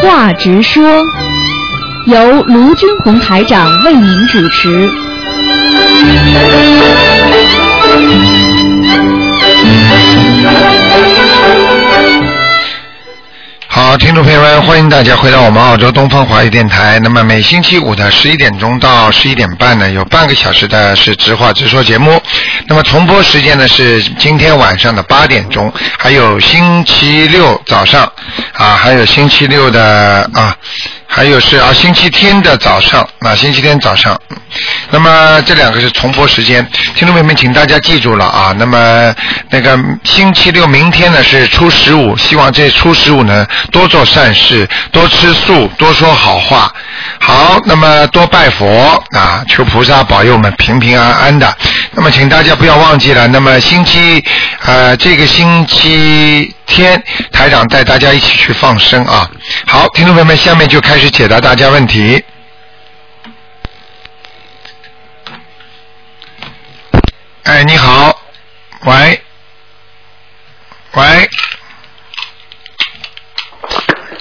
话直说，由卢军红台长为您主持。好，听众朋友们，欢迎大家回到我们澳洲东方华语电台。那么每星期五的十一点钟到十一点半呢，有半个小时的是直话直说节目。那么重播时间呢是今天晚上的八点钟，还有星期六早上啊，还有星期六的啊，还有是啊星期天的早上啊，星期天早上。那么这两个是重播时间，听众朋友们，请大家记住了啊。那么那个星期六明天呢是初十五，希望这初十五呢多做善事，多吃素，多说好话。好，那么多拜佛啊，求菩萨保佑我们平平安安的。那么请大家不要忘记了，那么星期呃这个星期天台长带大家一起去放生啊。好，听众朋友们，下面就开始解答大家问题。哎，你好，喂，喂，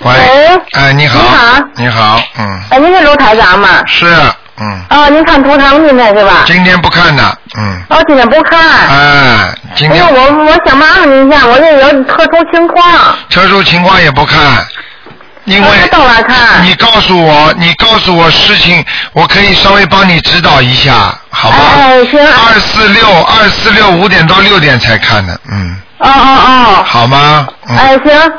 喂，喂，哎，你好，你好你好，嗯，哎，您是卢台长吗？是，嗯，哦，您看图腾现在是吧？今天不看的，嗯，哦，今天不看。哎，今因为天我我想麻烦您一下，我这有特殊情况，特殊情况也不看，因为我到哪看？你告诉我，你告诉我事情，我可以稍微帮你指导一下，好吧？啊哎，行，二四六，二四六五点到六点才看的，嗯，哦哦好吗？哦，嗯。哎行，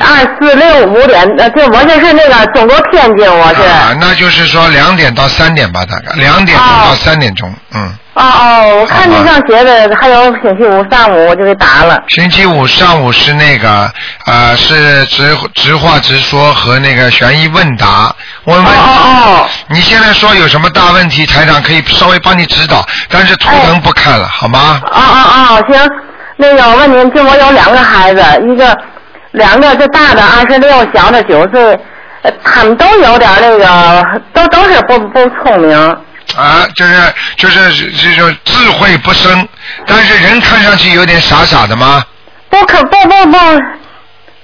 二四六五点，呃，对，我这是那个中国天津，我是，啊，那就是说两点到三点吧，大概两点钟到三点钟，嗯，哦哦，我看您上学的，还有星期五上午我就给打了，星期五上午是那个呃是直直话直说和那个悬疑问答问问哦题。哦你现在说有什么大问题，台长可以稍微帮你指导，但是图腾不看了，好吗哦，？哦哦哦，行，那个我问您，就我有两个孩子，一个两个，这大的二十六，小的九岁，呃他们都有点那个，都都是不不聪明。啊，就是就是这种智慧不深，但是人看上去有点傻傻的吗？不可不不不，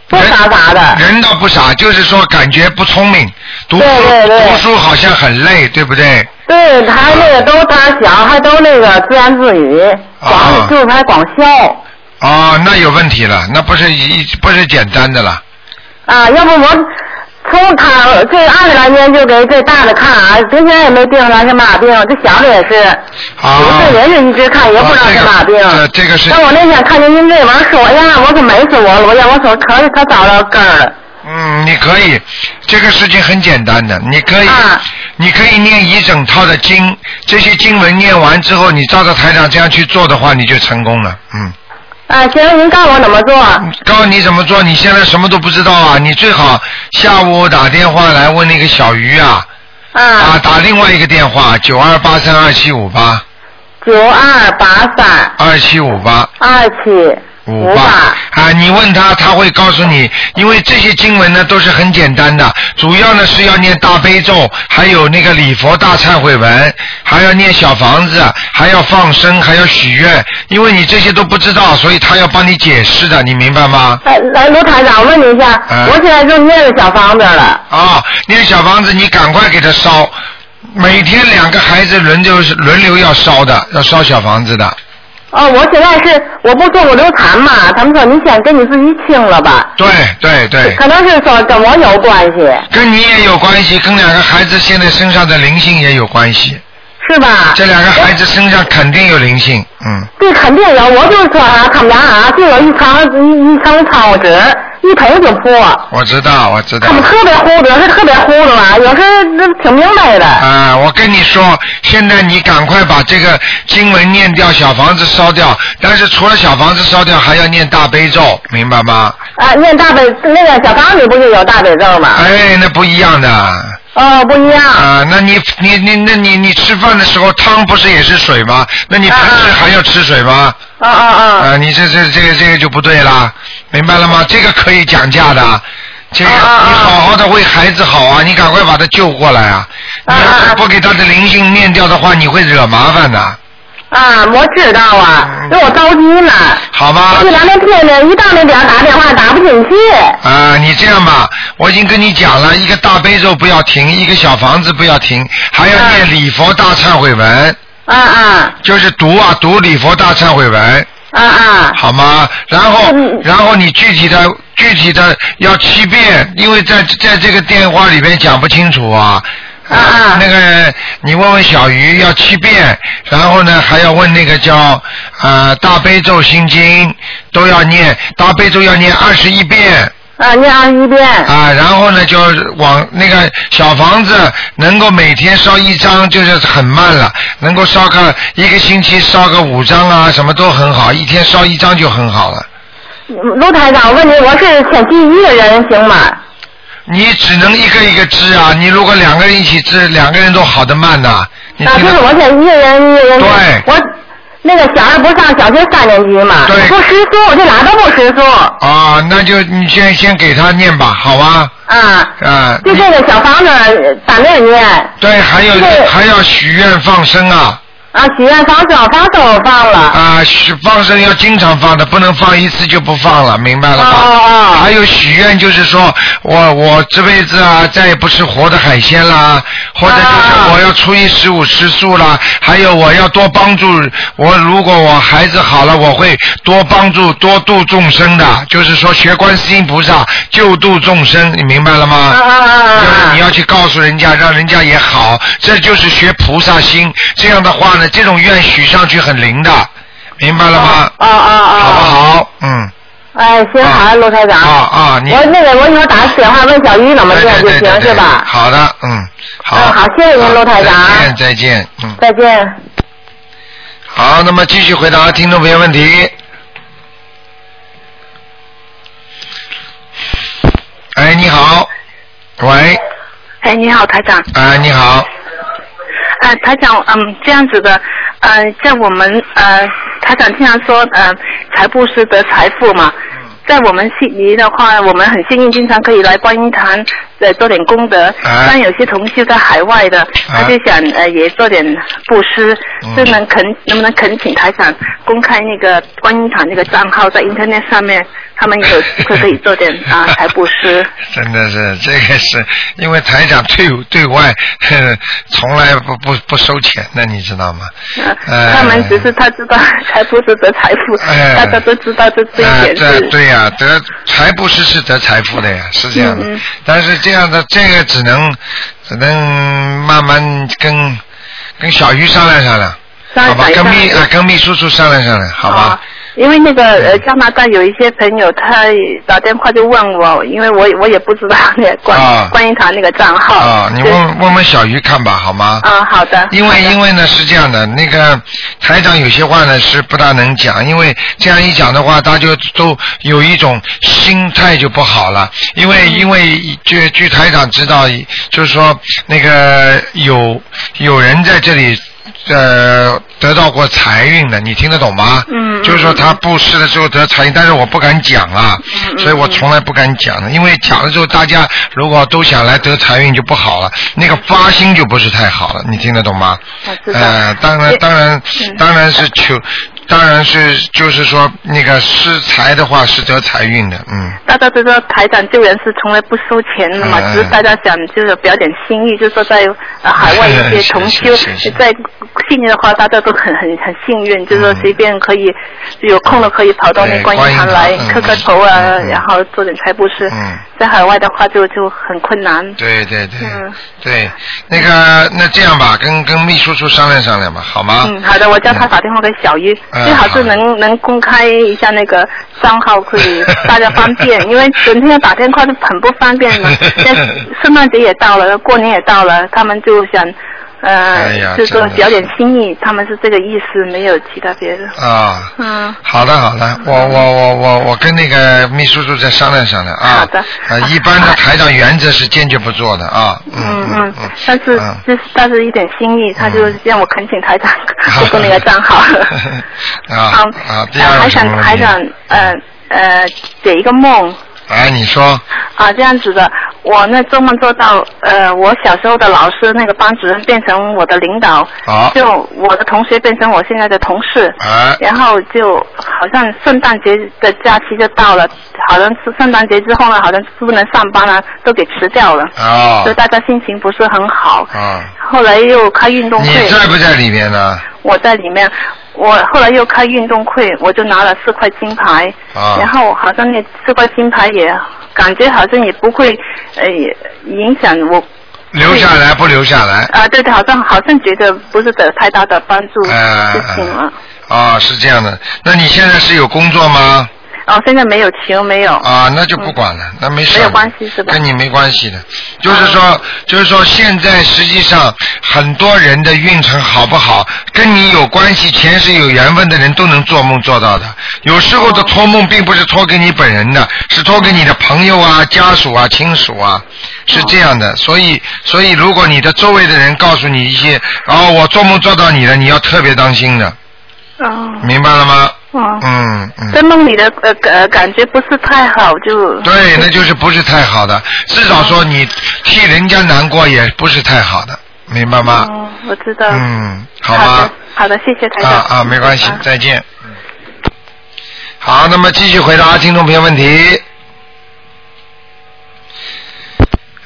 不傻傻的。人倒不傻，就是说感觉不聪明，读书对对对读书好像很累，对不对？对，他还那个都他小，还都那个自言自语，光、啊就是还光笑哦，那有问题了，那不是一不是简单的了。啊！要不我从他这二十来年就给这大的看啊，之前也没定出来是嘛病，这小的也是，啊，有的也是一直看，也不知道是嘛病。啊这个这这个是但我那天看见您这玩意儿说哎呀，我可美死我了，我呀，我说可是可找到根儿了。嗯，你可以，这个事情很简单的，你可以，啊你可以念一整套的经，这些经文念完之后，你照着台长这样去做的话，你就成功了。嗯，啊，行，您告诉我怎么做？告诉你怎么做，你现在什么都不知道啊，你最好下午打电话来问那个小鱼啊，啊，啊，打另外一个电话九二八三二七五八九二八三二七五八。二七五八八。啊，你问他，他会告诉你，因为这些经文呢都是很简单的，主要呢是要念大悲咒，还有那个礼佛大忏悔文，还要念小房子，还要放生，还要许愿，因为你这些都不知道，所以他要帮你解释的，你明白吗？哎，来，卢台长，我问你一下，嗯我现在就念着小房子了。啊，念小房子你赶快给他烧，每天两个孩子轮流轮流要烧的，要烧小房子的，哦，我现在是我不做过流产嘛，他们说你先跟你自己清了吧，对对对，可能是说跟我有关系，跟你也有关系，跟两个孩子现在身上的灵性也有关系。是吧？ 这两个孩子身上肯定有灵性，嗯，这肯定有，我就是说啊，他们俩啊，就有一床一一床草纸，一捅就破。我知道，我知道他。们特别糊涂，有时特别糊涂啊，有时候挺明白的。啊、我跟你说，现在你赶快把这个经文念掉，小房子烧掉。但是除了小房子烧掉，还要念大悲咒，明白吗？啊，念大悲那个小房里不就有大悲咒吗？哎，那不一样的啊、哦，不一样。那你你你那你你吃饭的时候汤不是也是水吗？那你盆啊水啊还要吃水吗？啊啊啊、啊！你这这这个这个就不对啦，明白了吗？这个可以讲价的，这个啊啊啊你好好的为孩子好啊，你赶快把他救过来啊！你啊啊要啊是不给他的灵性念掉的话，你会惹麻烦的。啊，我知道嗯啊，给我着急呢。好吗我？这两天天天一到那点儿打电话打不进去。啊，你这样吧，我已经跟你讲了，一个大悲咒不要停，一个小房子不要停，还要啊念礼佛大忏悔文，啊啊就是读啊读礼佛大忏悔文，啊啊！好吗？然后嗯然后你具体的具体的要七遍，因为在在这个电话里边讲不清楚啊。啊啊那个，你问问小鱼要七遍，然后呢还要问那个叫呃大悲咒心经都要念，大悲咒要念二十一遍，啊，念二十一遍。啊，然后呢，就往那个小房子能够每天烧一张，就是很慢了，能够烧个一个星期烧个五张啊，什么都很好，一天烧一张就很好了。卢台长，我问你，我是前期一个人行吗？你只能一个一个支啊，你如果两个人一起支，两个人都好的慢呐、你啊，听就是得我现在一个人一个人。对我那个小孩不上小学三年级嘛，对我不识数，这哪都不识数。啊，那就你先先给他念吧，好吧？啊，啊，就你这个小房子呃打那儿念，对，还有对还要许愿放生啊啊，许愿放生放生我放了。啊，许放生要经常放的，不能放一次就不放了，明白哦了吧？哦啊还有许愿，就是说我我这辈子啊，再也不吃活的海鲜啦，或者就是啊我要初一十五吃素啦，还有我要多帮助我，如果我孩子好了，我会多帮助多度众生的，就是说学观世音菩萨救度众生，你明白了吗？哦。啊啊啊就啊是你啊！要去告诉人家，让人家也好，这就是学菩萨心。这样的话呢，这种愿许上去很灵的，明白了吗？哦哦哦。好不好？嗯，哎，行，啊好了，卢台长。啊啊，你我那个，我以后打电话问小鱼怎么对这样就对对对行，对是吧？好的，嗯，好。嗯好谢谢您好陆台长再见，再见，嗯。再见。好，那么继续回答听众朋友问题。哎，你好，喂，哎，你好，台长。哎，你好，呃，台长，嗯，这样子的，呃，在我们呃，台长经常说，呃，财布施得财富嘛。在我们悉尼的话，我们很幸运，经常可以来观音堂，呃，做点功德。哎但有些同修在海外的，他就想呃也做点布施，嗯就能恳能不能恳请台长公开那个观音堂那个账号在 Internet 上面，他们有可可以做点啊、财布施。真的是，这个是因为台长对对外呵呵从来不不不收钱的，你知道吗？呃 他们只是他知道财富是得财富，哎大家都知道这这一呃，点这是。对呀、得财布施是得财富的呀，是这样的。嗯嗯但是这样的这个只能只能慢慢跟跟小鱼商量商量，商量好吧？一下跟秘啊、跟秘书处商量商量，好吧？嗯啊因为那个呃，加拿大有一些朋友，他打电话就问我，因为我我也不知道那个关、啊关于他那个账号。啊，你就问问问小鱼看吧，好吗？啊，好的。因为好的因为呢是这样的，那个台长有些话呢是不大能讲，因为这样一讲的话，大家就都有一种心态就不好了。因为嗯因为据据台长知道，就是说那个有有人在这里。呃，得到过财运的，你听得懂吗？嗯嗯就是说他布施的时候得财运，但是我不敢讲啊，嗯嗯所以我从来不敢讲的，因为讲了之后，大家如果都想来得财运就不好了，那个发心就不是太好了，你听得懂吗？我知道呃，当然，也当然，嗯当然是求，当然是就是说那个施财的话是得财运的，嗯。大家都知道台长救人是从来不收钱的嘛，嗯只是大家想就是表点心意，就是说在、呃、海外有是些同是修是是在悉尼的话，大家都很很很幸运，就是说嗯随便可以、有空了可以跑到那对观观音音堂堂来嗯磕磕头啊，嗯嗯然后做点财布施。嗯在海外的话就就很困难。对对对，嗯对，那个那这样吧，跟跟秘书处商量商量吧，好吗？嗯，好的，我叫他打电话给小鱼，啊嗯最好好是能能公开一下那个账号，可以大家方便，因为整天打电话就很不方 便嘛。现在圣诞节也到了，过年也到了，他们就想，哎呀呃，就真说的是表点心意，他们是这个意思，没有其他别的。啊，嗯，好的好的，我我我我我跟那个秘书处再商量商量啊。好的呃，一般的台长原则是坚决不做的啊。嗯嗯嗯，但是嗯就是但是一点心意，他就让我恳请台长公布那个账号。 啊啊，第二还个什想么问题还想呃呃解一个梦。哎，你说啊，这样子的，我那做梦做到，呃，我小时候的老师那个班主任变成我的领导，好，就我的同学变成我现在的同事，哎，然后就好像圣诞节的假期就到了，好像是圣诞节之后呢，好像是不能上班了，都给辞掉了，啊所以大家心情不是很好。啊，后来又开运动你会，在不在里面呢？我在里面，我后来又开运动会，我就拿了四块金牌，啊然后好像那四块金牌也感觉好像也不会呃影响我留下来不留下来？啊、对对，好像好像觉得不是的太大的帮助哎就行了。啊，是这样的。那你现在是有工作吗？哦，现在没有球没有，啊，那就不管了，那没事。嗯没有关系是吧啊跟你没关系的，就是说，就是说，现在实际上很多人的运程好不好，跟你有关系，前世有缘分的人都能做梦做到的。有时候的哦托梦并不是托给你本人的，是托给你的朋友啊、家属啊、亲属啊，哦是这样的。所以，所以如果你的周围的人告诉你一些，哦，我做梦做到你了，你要特别当心的，哦明白了吗？哦，嗯嗯。在梦里的呃呃感觉不是太好，就对，那就是不是太好的，至少说你替人家难过也不是太好的，明白吗？哦，我知道。嗯，好好吗的？，好的，谢谢台啊长。啊，没关系啊，再见。嗯好，那么继续回答听众朋友问题。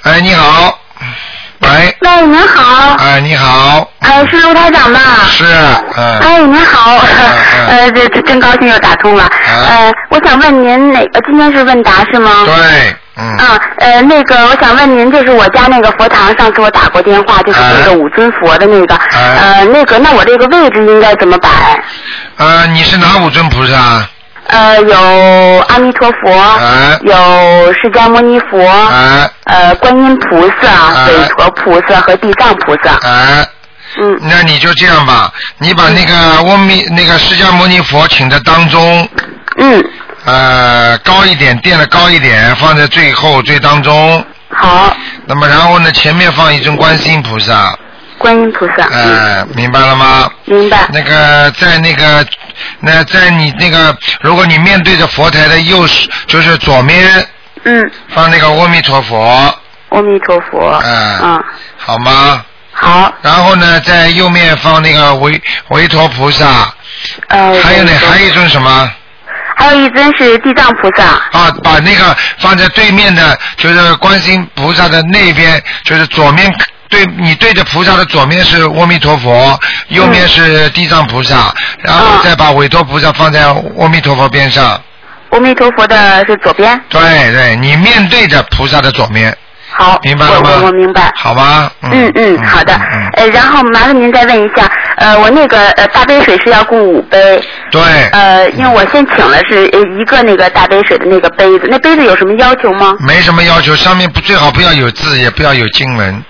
哎，你好，喂，喂，您好，哎，你好，哎，是卢台长吧？是，嗯，哎，您好，嗯 啊呃，这这真高兴又打通了。呃，我想问您哪呃个？今天是问答是吗？对，嗯，啊，呃，那个，我想问您，就是我家那个佛堂，上次我打过电话，就是那哎个五尊佛的那个，哎呃，那个，那我这个位置应该怎么摆？呃，你是哪五尊菩萨？呃，有阿弥陀佛，哎 有释迦牟尼佛，哎呃，观音菩哎萨、韦陀菩萨和地藏菩萨。哎。嗯，那你就这样吧，你把那个阿弥那个释迦牟尼佛请的当中，嗯，呃，高一点垫的高一点，放在最后最当中。好，那么然后呢，前面放一尊观世音菩萨，观音菩萨。嗯，呃，明白了吗？明白。那个在那个，那在你那个，如果你面对着佛台的右手，就是左面嗯，放那个阿弥陀佛，阿弥陀佛。哎嗯，好吗？好，然后呢，在右面放那个维维陀菩萨，呃，还有呢，韦陀还有一尊什么？还有一尊是地藏菩萨。啊，把那个放在对面的，就是观世音菩萨的那边，就是左面对你对着菩萨的左面是阿弥陀佛，右面是地藏菩嗯萨，然后再把韦陀菩萨放在阿弥陀佛边上。阿弥陀佛的是左边，对对，你面对着菩萨的左面，好，明白了吗我我我明白。好吧？嗯嗯，好的嗯嗯。呃，然后麻烦您再问一下，呃，我那个呃大杯水是要供五杯，对，呃，因为我先请了是呃一个那个大杯水的那个杯子，那杯子有什么要求吗？没什么要求，上面不最好不要有字，也不要有经文。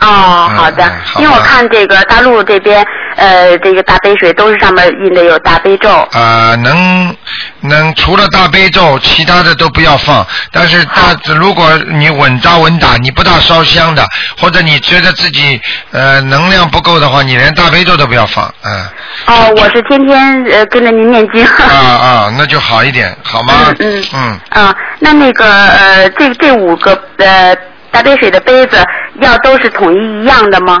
哦，好的嗯好，吧因为我看这个大陆这边，呃，这个大杯水都是上面印的有大悲咒。啊，能能除了大悲咒，其他的都不要放。但是大，如果你稳扎稳打，你不大烧香的，或者你觉得自己呃能量不够的话，你连大悲咒都不要放，嗯、 哦，我是天天呃跟着您念经。啊啊，那就好一点，好吗？嗯嗯 啊，那那个呃，这这五个呃大杯水的杯子要都是统一一样的吗？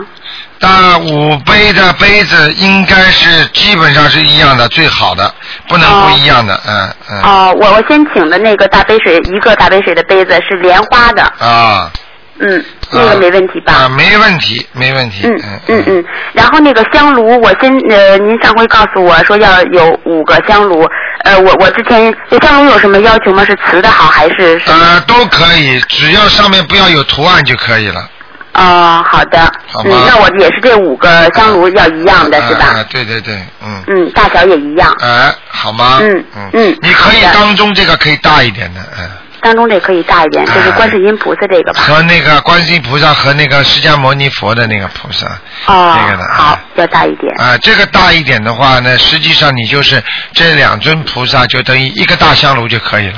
大五杯的杯子应该是基本上是一样的，最好的，不能不一样的，嗯嗯哦，我我先请的那个大杯水，一个大杯水的杯子是莲花的，啊嗯，那个没问题吧？啊，没问题，没问题，嗯嗯嗯嗯，然后那个香炉，我先呃，您上回告诉我说要有五个香炉，呃，我我之前对香炉有什么要求吗？是瓷的好还是什么？呃，都可以，只要上面不要有图案就可以了。哦，好的，好吧嗯，那我也是这五个香炉要一样的是啊、吧啊？对对对，嗯。嗯，大小也一样，哎、好吗？嗯嗯嗯你可以好的当中这个可以大一点的，嗯，当中这可以大一点，就是观世音菩萨这个吧？和那个观世音菩萨和那个释迦牟尼佛的那个菩萨，哦这个的，好啊，要大一点。啊，这个大一点的话呢，实际上你就是这两尊菩萨就等于一个大香炉就可以了。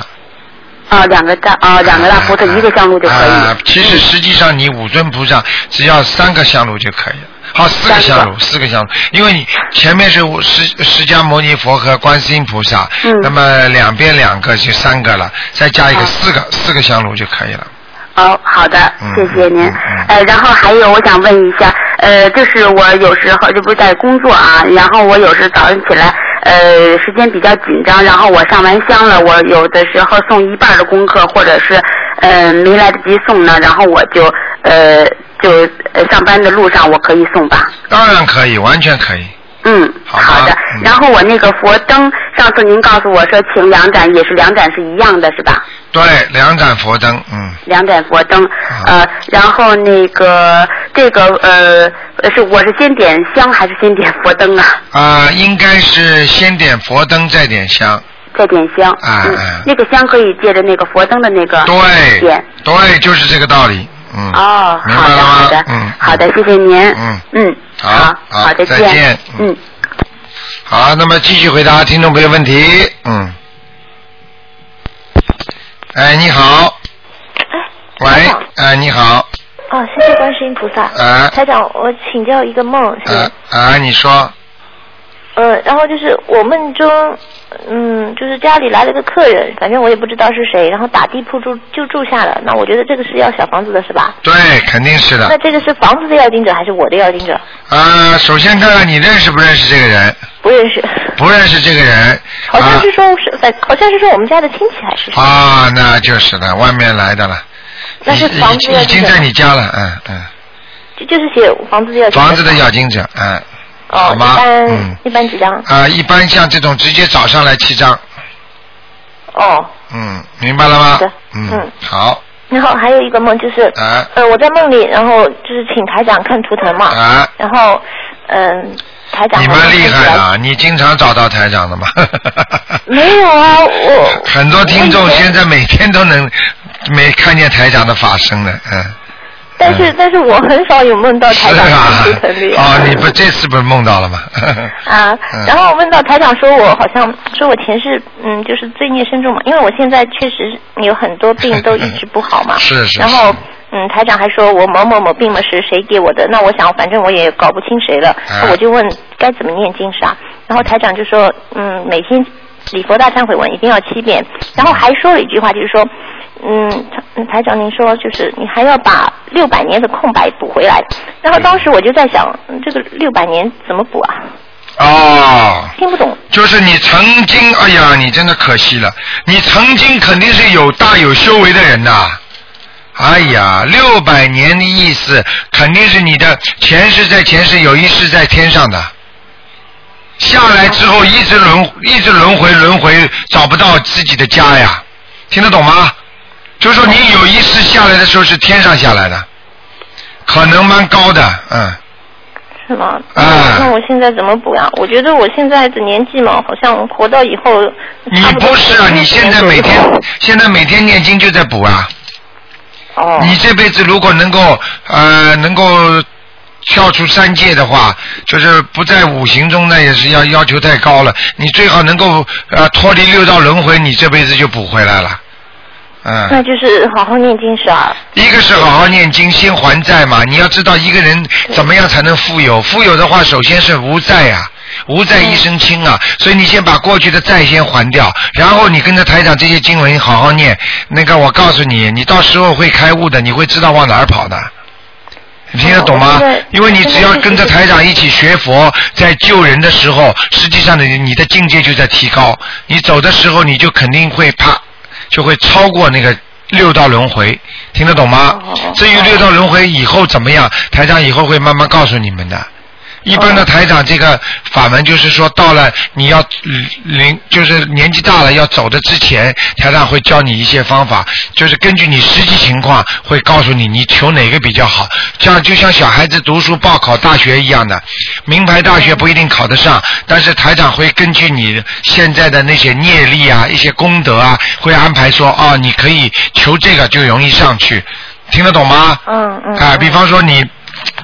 啊，两个大啊，两嗯个大菩萨，一个香炉就可以。嗯啊，其实实际上你五尊菩萨只要三个香炉就可以了。好，四个香炉，四个香炉，因为你前面是五释释迦牟尼佛和观世音菩萨，嗯那么两边两个就三个了，再加一个好四个，四个香炉就可以了。哦，好的嗯，谢谢您嗯嗯。呃，然后还有我想问一下，呃，就是我有时候这不是在工作啊，然后我有时早上起来，呃，时间比较紧张，然后我上完香了，我有的时候送一半的功课，或者是呃没来得及送呢，然后我就呃就呃上班的路上我可以送吧。当然可以，完全可以。嗯，好好吧的嗯。然后我那个佛灯，上次您告诉我说请两盏，也是两盏是一样的，是吧？对，两盏佛灯，嗯，两盏佛灯，呃，然后那个这个呃，是我是先点香还是先点佛灯啊？ 啊、应该是先点佛灯，再点香。再点香，啊嗯啊，那个香可以借着那个佛灯的那个对点。，对，就是这个道理。嗯。哦，明白好的，了吗好的，嗯好的，谢谢您，嗯嗯，好好好，再见，见嗯嗯。好，那么继续回答听众朋友问题。嗯。哎，你好。喂台长，哎，你好，哦，谢谢观世音菩萨。啊台长，我请教一个梦，是，啊啊，你说，嗯、然后就是我梦中，嗯，就是家里来了个客人，反正我也不知道是谁，然后打地铺住就住下了。那我觉得这个是要小房子的是吧？对，肯定是啊的。那这个是房子的要经者还是我的要经者？啊，首先看看你认识不认识这个人，不认识，不认识这个人，好像啊是说是反，好像是说我们家的亲戚还是谁？啊，那就是的，外面来的了，那已是房子已的要已经经者在吗你家了，嗯嗯，就就是写房子的要经者。房子的要经者，嗯，哦，好一吗？般、嗯，一般几张？啊，一般像这种直接找上来七张，哦，嗯，明白了吗好的？嗯嗯，好，然后还有一个梦就是，啊呃，我在梦里，然后就是请台长看图腾嘛。啊，然后，嗯，台长你好像蛮厉害看起来啊，你经常找到台长的嘛？ 没有啊，我很多听众我以前现在每天都能没看见台长的发生的，嗯。但是、但是我很少有梦到哦台是长啊看图腾的。，哦，你不这次不是梦到了吗？ 啊嗯，然后我问到台长说，我好像说我前世嗯就是罪孽深重嘛，因为我现在确实有很多病都一直不好嘛。 是是然后是嗯，台长还说我某某某病嘛是谁给我的，那我想反正我也搞不清谁了，啊那我就问该怎么念经是吧？然后台长就说嗯每天礼佛大忏悔文一定要七遍，然后还说了一句话就是说。嗯，台嗯台长，您说就是你还要把六百年的空白补回来，然后当时我就在想，嗯这个六百年怎么补啊？哦，听不懂。就是你曾经，哎呀，你真的可惜了，你曾经肯定是有大有修为的人呐、哎呀，六百年的意思，肯定是你的前世在前世，有一世在天上的。下来之后一直轮一直轮回轮回，找不到自己的家呀，听得懂吗？就是说你有一世下来的时候是天上下来的，可能蛮高的，嗯。是吗？啊那我现在怎么补呀、我觉得我现在的年纪嘛，好像活到以后你差多不是啊？你现在每天现在每天念经就在补啊。哦，你这辈子如果能够呃能够跳出三界的话，就是不在五行中呢，也是要要求太高了。你最好能够呃脱离六道轮回，你这辈子就补回来了。嗯。那就是好好念经是啊。一个是好好念经，先还债嘛。你要知道一个人怎么样才能富有，富有的话，首先是无债呀、无债一身轻啊。所以你先把过去的债先还掉，然后你跟着台长这些经文好好念。那个我告诉你，你到时候会开悟的，你会知道往哪儿跑的。你听得懂吗哦我现在？因为你只要跟着台长一起学佛，在救人的时候，实际上你你的境界就在提高。你走的时候，你就肯定会啪，就会超过那个六道轮回，听得懂吗哦哦？至于六道轮回以后怎么样，台长以后会慢慢告诉你们的。一般的台长这个法门就是说，到了你要嗯临就是年纪大了要走的之前，台长会教你一些方法，就是根据你实际情况会告诉你你求哪个比较好。这样就像小孩子读书报考大学一样的，名牌大学不一定考得上，但是台长会根据你现在的那些业力啊、一些功德啊，会安排说哦，你可以求这个就容易上去，听得懂吗？嗯嗯啊啊，比方说你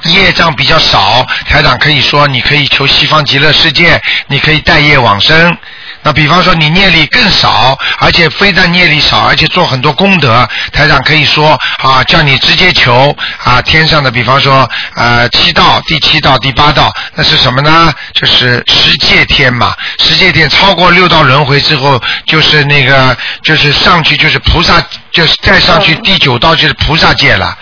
业障比较少，台长可以说你可以求西方极乐世界，你可以带业往生。那比方说你业力更少，而且非但业力少，而且做很多功德，台长可以说啊，叫你直接求啊天上的，比方说呃七道、第七道、第八道，那是什么呢？就是十界天嘛，十界天超过六道轮回之后，就是那个就是上去就是菩萨，就是再上去第九道就是菩萨界了。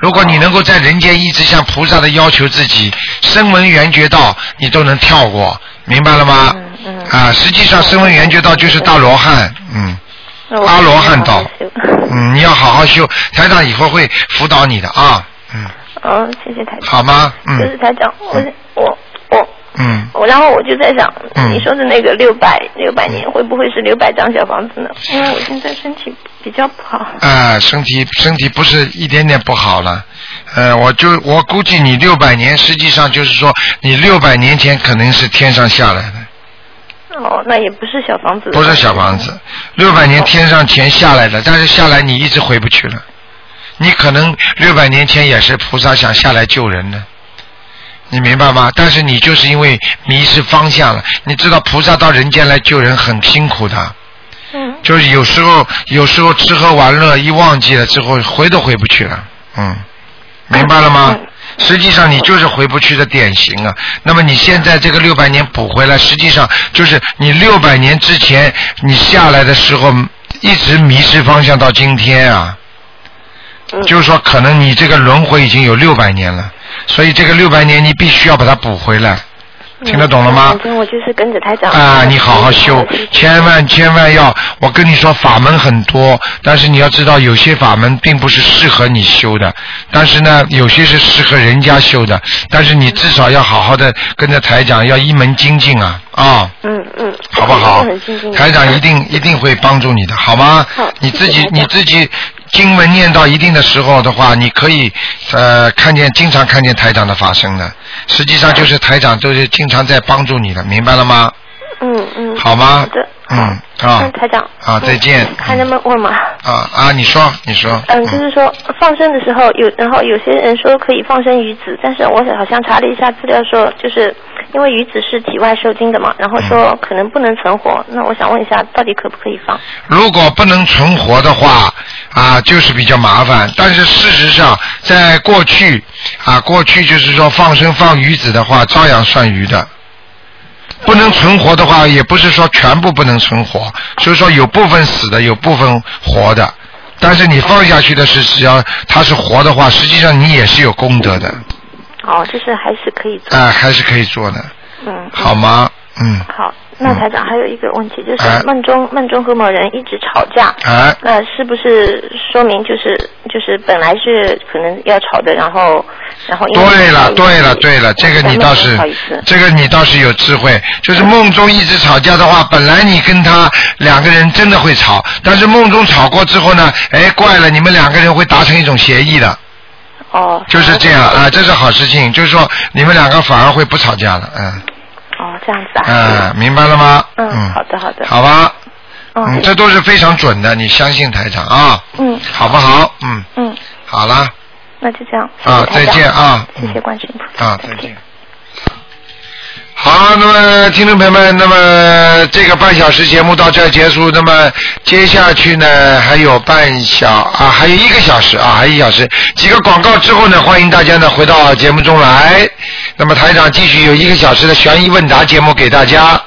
如果你能够在人间一直向菩萨的要求自己，声闻缘觉道你都能跳过，明白了吗？嗯嗯啊，实际上声闻缘觉道就是大罗汉，嗯，那我阿罗汉道好好修嗯，你要好好修，台长以后会辅导你的啊，嗯， 哦，谢谢台长。好吗？就是嗯台长，我嗯我我嗯，我，然后我就在想，嗯你说的那个六百六百年会不会是六百张小房子呢？因为我现在身体比较不好。嗯啊，身体身体不是一点点不好了，呃，我就我估计你六百年，实际上就是说你六百年前可能是天上下来的。哦，那也不是小房子。不是小房。子，六百年天上钱下来的，但是下来你一直回不去了。你可能六百年前也是菩萨想下来救人的，你明白吗？但是你就是因为迷失方向了。你知道菩萨到人间来救人很辛苦的，嗯，就是有时候有时候吃喝玩乐一忘记了之后回都回不去了，嗯，明白了吗嗯？实际上你就是回不去的典型啊。那么你现在这个六百年补回来，实际上就是你六百年之前你下来的时候一直迷失方向到今天啊，嗯就是说可能你这个轮回已经有六百年了，所以这个六百年你必须要把它补回来，嗯听得懂了吗？反正我就是跟着台长。啊，你好好修，千万千万要，我跟你说法门很多，但是你要知道有些法门并不是适合你修的，但是呢，有些是适合人家修的，但是你至少要好好的跟着台长要一门精进啊啊。嗯嗯，好不我好很尊敬？你台长一定一定会帮助你的，好吗好？你自谢己谢台长你自己经文念到一定的时候的话，你可以呃看见经常看见台长的发生的，实际上就是台长都是经常在帮助你的，明白了吗？嗯嗯，好吗好的？嗯好啊那台长啊再见嗯还能问吗？啊啊，你说你说，嗯，就是说放生的时候有，然后有些人说可以放生鱼子，但是我好像查了一下资料说，就是因为鱼子是体外受精的嘛，然后嗯说可能不能存活。那我想问一下，到底可不可以放？如果不能存活的话，啊，就是比较麻烦。但是事实上，在过去啊，过去就是说放生放鱼子的话，照样算鱼的。不能存活的话，也不是说全部不能存活，就是说有部分死的，有部分活的。但是你放下去的是，只要它是活的话，实际上你也是有功德的，啊、哦，就是还是可以做。还是可以做的，嗯，啊好吗？嗯，好。那台长还有一个问题，就哎是梦中梦中和某人一直吵架，哎，那是不是说明就是就是本来是可能要吵的，然后然后因为对了，吵一次对了，对了，这个你倒是然后吵一次，这个你倒是有智慧。就是梦中一直吵架的话，本来你跟他两个人真的会吵，但是梦中吵过之后呢，哎，怪了，你们两个人会达成一种协议的，哦，就是这样啊，这是好事情，就是说你们两个反而会不吵架了，嗯哦，这样子啊，嗯，明白了吗？嗯嗯，好的好的好吧，嗯嗯，这都是非常准的，你相信台长啊，嗯好不好？嗯，嗯，好了那就这样，谢谢啊，台再长见，啊，谢嗯谢观世音菩萨，啊，再见。好，那么听众朋友们，那么这个半小时节目到这儿结束，那么接下去呢还有半小啊，还有一个小时啊，还有一小时，几个广告之后呢，欢迎大家呢回到节目中来。那么台长继续有一个小时的悬疑问答节目给大家。